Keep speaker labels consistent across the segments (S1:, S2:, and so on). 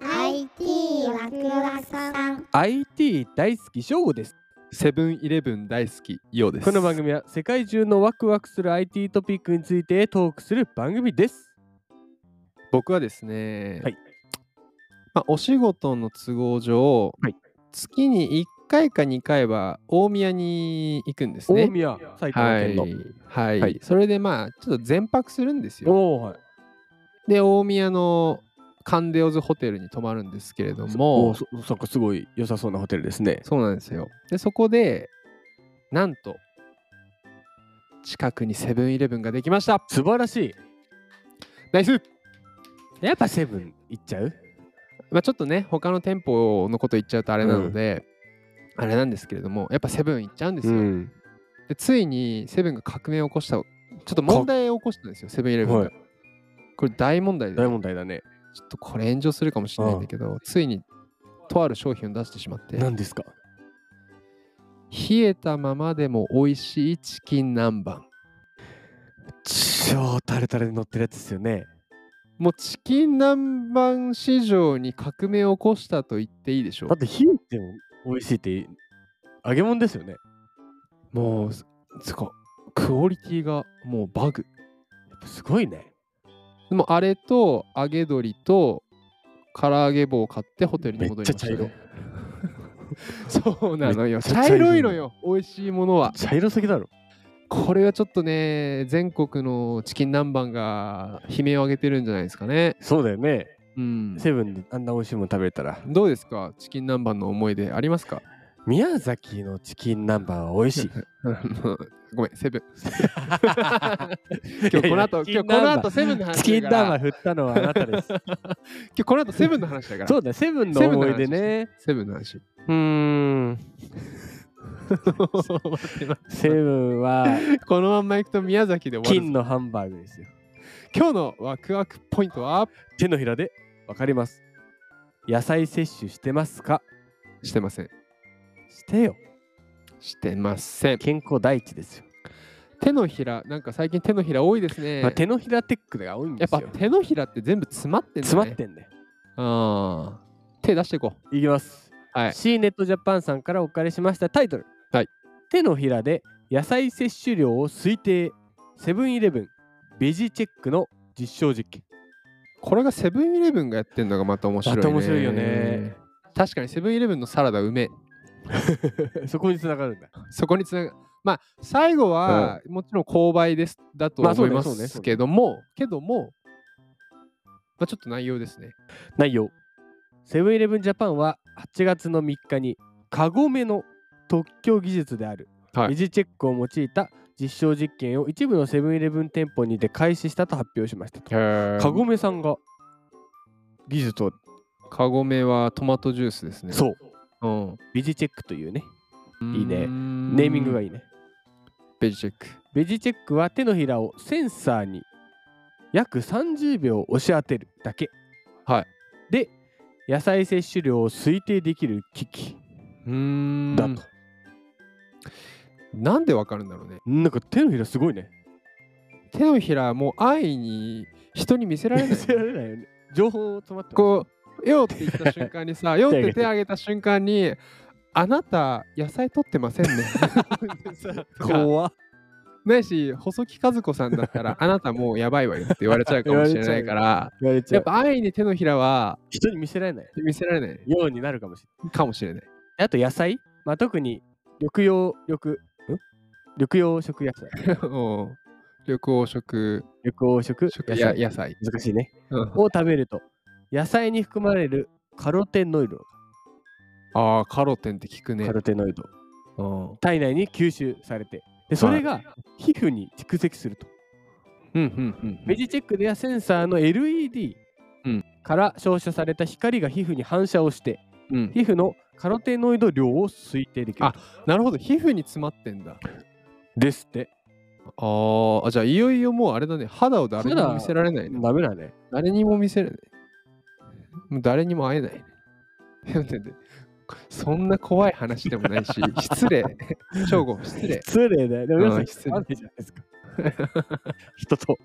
S1: IT ワクワクさん
S2: IT 大好き翔吾です
S3: セブンイレブン大好きようです
S2: この番組は世界中のワクワクする IT トピックについてトークする番組です
S3: 僕はですね、
S2: はい
S3: まあ、お仕事の都合上、
S2: はい
S3: 月に1回か2回は大宮に行くんです
S2: 大
S3: ね
S2: 宮埼玉
S3: は
S2: 県
S3: い
S2: の、
S3: はい、
S2: はい
S3: それでまあちょっと全泊するんですよ
S2: おおはい
S3: で大宮のカンデオズホテルに泊まるんですけれど
S2: おー
S3: も
S2: そそっかすごい良さそうなホテルですね
S3: そうなんですよでそこでなんと近くにセブンイレブンができました
S2: 素晴らしい
S3: ナイス
S2: やっぱセブン行っちゃう
S3: まあ、ちょっとね他の店舗のこと言っちゃうとあれなので、あれなんですけれどもやっぱセブン行っちゃうんですよ、
S2: ん
S3: でついにセブンが革命を起こしたちょっと問題を起こしたんですよセブンイレブンが、
S2: はい
S3: これ大問題でち
S2: 大
S3: ょ
S2: 問題だね
S3: っとこれ炎上するかもしれないんだけど、ついにとある商品を出してしまって
S2: 何ですか
S3: 冷えたままでも美味しいチキン南蛮
S2: 超タルタルで乗ってるやつですよね
S3: もうチキン南蛮市場に革命を起こしたと言っていいでしょう
S2: だって冷えても美味しいって揚げ物ですよね
S3: もうすつかクオリティがもうバグ
S2: やっぱすごいね
S3: でもあれと揚げ鶏と唐揚げ棒を買ってホテルに戻りました、ね。
S2: めっち
S3: そうなの
S2: め
S3: よ。
S2: っちゃ
S3: 茶
S2: 茶色い
S3: 色いのよ。美味しいものは。
S2: 茶色すぎだろ
S3: これはちょっとね、全国のチキン南蛮が悲鳴を上げてるんじゃないですかね。
S2: そうだよね
S3: うん。
S2: セブンであんな美味しいもの食べれたら
S3: どうですかチキン南蛮の思い出ありますか
S2: 宮崎のチキン南蛮は美 味しい
S3: ごめん、セブン。
S2: 今
S3: 今日この後、今日この後セブンの話
S2: チキン
S3: だから
S2: 南蛮振ったのはあなたです
S3: 今日この後セブンの話だから。
S2: そうだセブンの思い出ね
S3: セブンの話。
S2: うーんセブンは
S3: このまんま行くと宮崎で終わるぞ
S2: 金のハンバーグですよ
S3: 今日のワクワクポイントは
S2: 手のひらでわかります野菜摂取してますか
S3: してません。
S2: してよ
S3: してません。
S2: 健康第一ですよ、
S3: 手のひら、なんか最近手のひら多いですね。
S2: まあ、手のひらテックが多いん
S3: や
S2: で
S3: っ
S2: すよ
S3: ぱ手のひらって全部詰まってんだね。
S2: 詰まってんね
S3: あー手出していこう。
S2: いきます、
S3: はい。
S2: C ネットジャパンさんからお借りしましたタイトル、
S3: はい
S2: 手のひらで野菜摂取量を推定セブンイレブンベジチェックの実証実験
S3: これがセブンイレブンがやってんのがまた面白い
S2: ま
S3: ね。
S2: た面白いよね。
S3: 確かにセブンイレブンのサラダうめえ。
S2: そこに繋がるんだ
S3: そこにつながまあ最後はもちろん購買ですだと
S2: まあそ
S3: 思
S2: う
S3: い
S2: ね
S3: ま
S2: そうねそう
S3: す
S2: ね
S3: けども、けども、まあ、ちょっと内容ですね。
S2: 内容セブンイレブンジャパンは8月の3日にカゴメの特許技術である
S3: はい
S2: ベジチェックを用いた実証実験を一部のセブンイレブン店舗にて開始したと発表しましたとカ
S3: カ
S2: ゴメさんが技術を
S3: カゴメはトマトジュースですね。
S2: そう
S3: うん。
S2: ベジチェックというねいいねネ
S3: ネ
S2: ーミングがいいね
S3: ベジチェック。
S2: ベジチェックは手のひらをセンサーに約30秒押し当てるだけ
S3: はい
S2: で野菜摂取量を推定できる機器
S3: うーん
S2: だと
S3: なんでわかるんだろうね。
S2: なんか手のひらすご いね
S3: 手のひらもう安易に人に見せら れない。
S2: せられないよね情報を詰まってます
S3: こう、よって言った瞬間に さ、よって手挙げた瞬間に、あなた、野菜取ってませんね。とか
S2: 怖っ
S3: ないし、細木和子さんだった ら、あなたもうやばいわよって言われちゃうかもしれないから、
S2: 言われち
S3: や
S2: ゃ
S3: っ
S2: う
S3: ぱ安易に手のひらは
S2: 人に見せられない
S3: 見せられない
S2: ようになるかもしれ
S3: かも しれない。
S2: ないあと野菜まあ特に緑用緑ん緑用食野菜
S3: うん緑黄色
S2: 緑黄色
S3: 食
S2: 野
S3: や
S2: 菜
S3: 野菜。
S2: 難しいね
S3: うん
S2: を食べると野菜に含まれるカロテノイド、
S3: ああ、カロテンって聞くね
S2: カ。ロテノイド
S3: うん
S2: 体内に吸収されてでそれが皮膚に蓄積すると、
S3: うんうんう
S2: ベ
S3: ん。
S2: ジチェックではセンサーの LED
S3: うん
S2: から照射された光が皮膚に反射をして
S3: うん、
S2: 皮膚のカロテノイド量を推定できる
S3: あなるほど、皮膚に詰まってんだ。
S2: ですって
S3: あーあ、じゃあいよいよもうあれだね、肌を誰にも見せられないね。
S2: ダメだね
S3: 誰にも見せられない。もう誰にも会えないね。 待って待ってそんな怖い話でもな いし、失礼。正吾、失礼。
S2: 失礼だよでも
S3: うん
S2: 皆
S3: 失
S2: さ
S3: 礼
S2: ん失礼じゃない ですか人と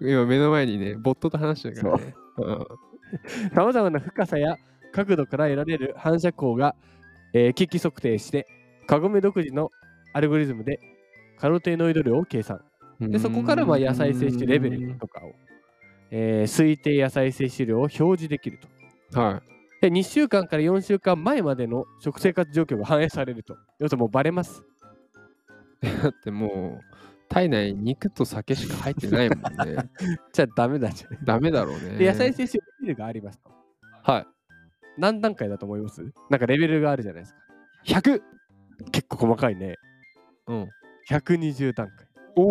S3: 今目の前にね、ボットと話してるからね。うん
S2: さまざまな深さや角度から得られる反射光が、えー、機器測定して、カゴメ独自のアルゴリズムでカロテノイド量を計算。で、そこからまあ野菜摂取レベルとかを、えー推定野菜摂取量を表示できると。
S3: は
S2: で、2週間から4週間前までの食生活状況が反映されると。要するにもうバレます。
S3: い。だってもう、体内に肉と酒しか入ってないもんね。
S2: じゃあダメなんじゃない
S3: ダメだろうね。
S2: で、野菜摂取レベルがありますと。
S3: は
S2: 何段階だと思いますなんかレベルがあるじゃないですか。100! 結構細かいね。
S3: い。うん。
S2: 120段階。
S3: お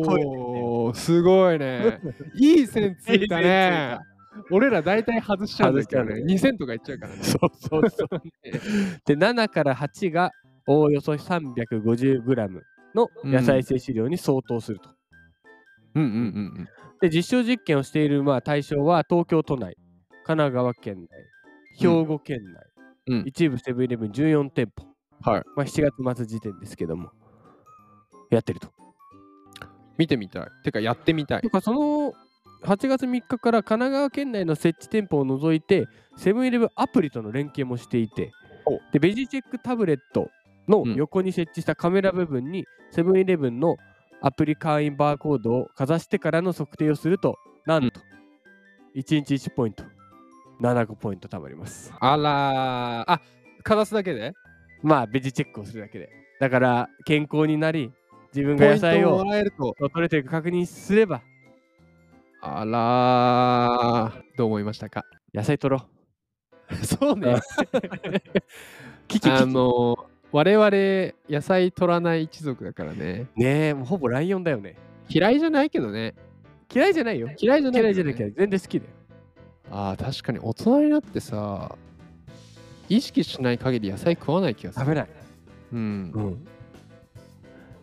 S2: おー
S3: おーすごい ね。いい線ついたね。俺ら大体外しちゃうんですけど
S2: 外し。
S3: ね
S2: ちゃうね
S3: 2線とかいっちゃうからね。
S2: そうそうそう。で、7から8がおおよそ 350g の野菜摂取量に相当すると。
S3: うんうんうん
S2: で、実証実験をしているまあ対象は東京都内、神奈川県内、兵庫県内、
S3: うん
S2: 一部セブンイレブン14店舗、
S3: うん。はい。
S2: まあ、7月末時点ですけども、やってると。
S3: 見てみたい。てかやってみたい
S2: と。か、その8月3日から神奈川県内の設置店舗を除いて、セブンイレブンアプリとの連携もしていて
S3: お、
S2: でベジチェックタブレットの
S3: うん
S2: 横に設置したカメラ部分に、セブンイレブンのアプリ会員バーコードをかざしてからの測定をすると、なんと、1日1ポイント、7個ポイント貯まります。
S3: あらー。あ、かざすだけで
S2: まあ、ベジチェックをするだけで。だから、健康になり、自分が野菜
S3: ポイント
S2: を
S3: もらえると。
S2: 取れてるか確認すれば、
S3: あらー。どう思いましたか
S2: 野菜取ろう。
S3: そうね。
S2: キキキキ
S3: あのー、我々野菜取らない一族だからね。
S2: ねえ、もうほぼライオンだよね。
S3: 嫌いじゃないけどね。
S2: 嫌いじゃないよ。
S3: 嫌いじゃない、
S2: 嫌いじゃないけど、全然好きだよ。
S3: ああ、確かに大人になってさ、意識しない限り野菜食わない気がする。
S2: 食べない。
S3: うん。
S2: うん、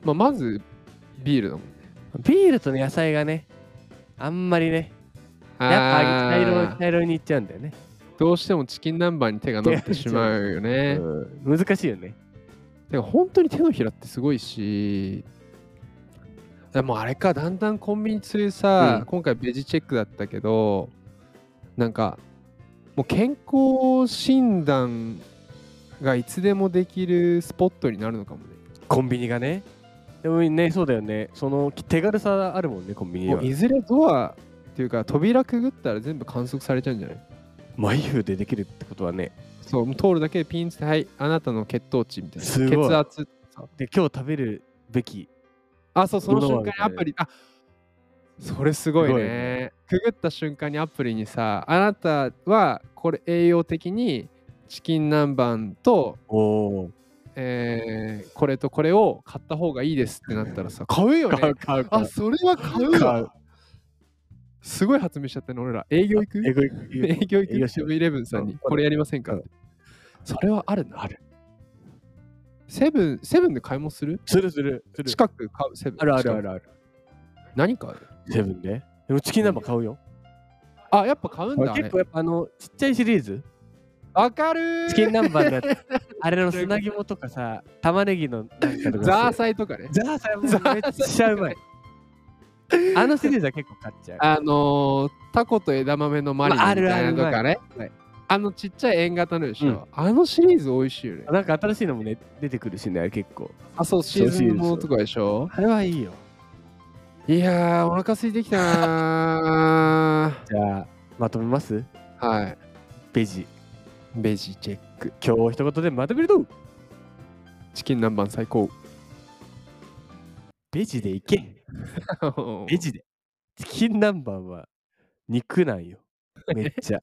S3: まあ、まず、ビールだもん。
S2: ビールとね野菜がね、あんまりね、やっぱ茶
S3: あ
S2: 色
S3: ー
S2: 茶色にいっちゃうんだよね。
S3: どうしてもチキン南蛮に手が伸びてしまうよね。
S2: うん難しいよね。
S3: てか本当に手のひらってすごいし、でもあれか、だんだんコンビニ通りさ、
S2: うん
S3: 今回ベジチェックだったけど、なんか、もう健康診断がいつでもできるスポットになるのかもね。
S2: コンビニがね。でもね、そうだよね。そのき手軽さあるもんね、コンビニ
S3: も
S2: は
S3: う。いずれドアっていうか扉くぐったら全部観測されちゃうんじゃない
S2: マイフーでできるってことはね。
S3: そうもう通るだけでピンってはいあなたの血糖値みたい
S2: す
S3: な
S2: ごい
S3: 血圧
S2: で、今日食べるべき。
S3: あそうその瞬
S2: 今
S3: 間に
S2: は
S3: アプリあそれすご
S2: す
S3: いね
S2: ごいね
S3: くぐった瞬間にアプリにさあなたはこれ栄養的にチキン南蛮と、
S2: おお。
S3: えーこれとこれを買った方がいいですってなったらさ買うよ
S2: 買
S3: ね
S2: う買う買
S3: あ
S2: う。
S3: それは買う
S2: 買
S3: わ
S2: う
S3: すごい発明しちゃってんの俺ら営業行く
S2: えぐいぐい
S3: 営業行
S2: 営業
S3: く
S2: し
S3: セ
S2: よ
S3: ブンイレブンさん
S2: う
S3: に
S2: ん
S3: これやりませんか
S2: う
S3: っ
S2: ん
S3: て。それはあるな。
S2: ある。
S3: セブン、セブンで買い物する
S2: するするする。
S3: 近く買うセブン。
S2: あるあるあ
S3: 近く。
S2: るある。
S3: 何買う
S2: セブンで。でもチキンナンバー買うよ。
S3: あ、やっぱ買うんだ。
S2: 結構やっぱあの、ちっちゃいシリーズ
S3: あれわかるー
S2: チキン南蛮だって、あれの砂肝とかさ、玉ねぎのなんかとか
S3: ザー
S2: さ、
S3: サイとかね。
S2: ザーサイもめっちゃうまい。あのシリーズは結構買っちゃう。
S3: あのー、タコと枝豆のマリネみ
S2: まああ
S3: たい
S2: るある
S3: なのとかね
S2: うまい。
S3: あのちっちゃい円形のでし
S2: う
S3: ょ。あのシリーズ美味しいよね。
S2: なんか新しいのもね、出てくるしね、結構。
S3: あ、そう、シーズンのものとかでしょ。
S2: あれはいいよ。
S3: いやー、お腹空いてきたな
S2: じゃあ、まとめます
S3: ー。 はい。
S2: ベジ。
S3: ベジチェック。
S2: 今日一言でまとめると、
S3: チキン南蛮最高。
S2: ベジでいけ。ベジで。チキン南蛮は肉なんよ。めっちゃ。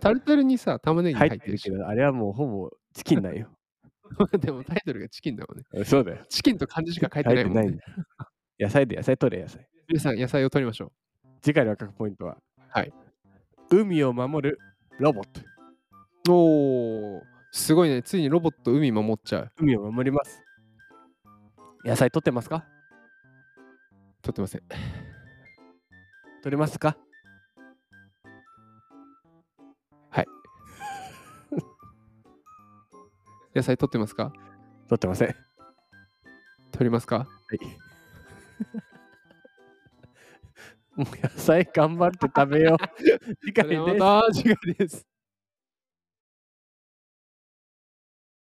S3: タルタルにさ、玉ねぎ
S2: 入
S3: 入
S2: っ
S3: っ
S2: てて
S3: る
S2: る
S3: し
S2: け。ど、あれはもうほぼチキンなんよ。
S3: でもタイトルがチキンだもんね。
S2: そうだよ。
S3: チキンと漢字しか書いて
S2: 入
S3: な
S2: って
S3: いもん
S2: ない
S3: ね。
S2: んだ。 野菜で野菜取れ野菜。
S3: 皆さん、野菜を取りましょ
S2: 次回の赤くポイントは、
S3: はい、
S2: 海を守るロボット
S3: う。おー、すごいね。ついにロボット海守っちゃう。
S2: 海を守ります野菜取ってますか
S3: 取ってません。
S2: 取れますか
S3: 野菜取ってますか
S2: 取ってません、は
S3: 取りますか
S2: い、 もう野菜頑張って食べよう。理解
S3: それは
S2: です。
S3: また次回です。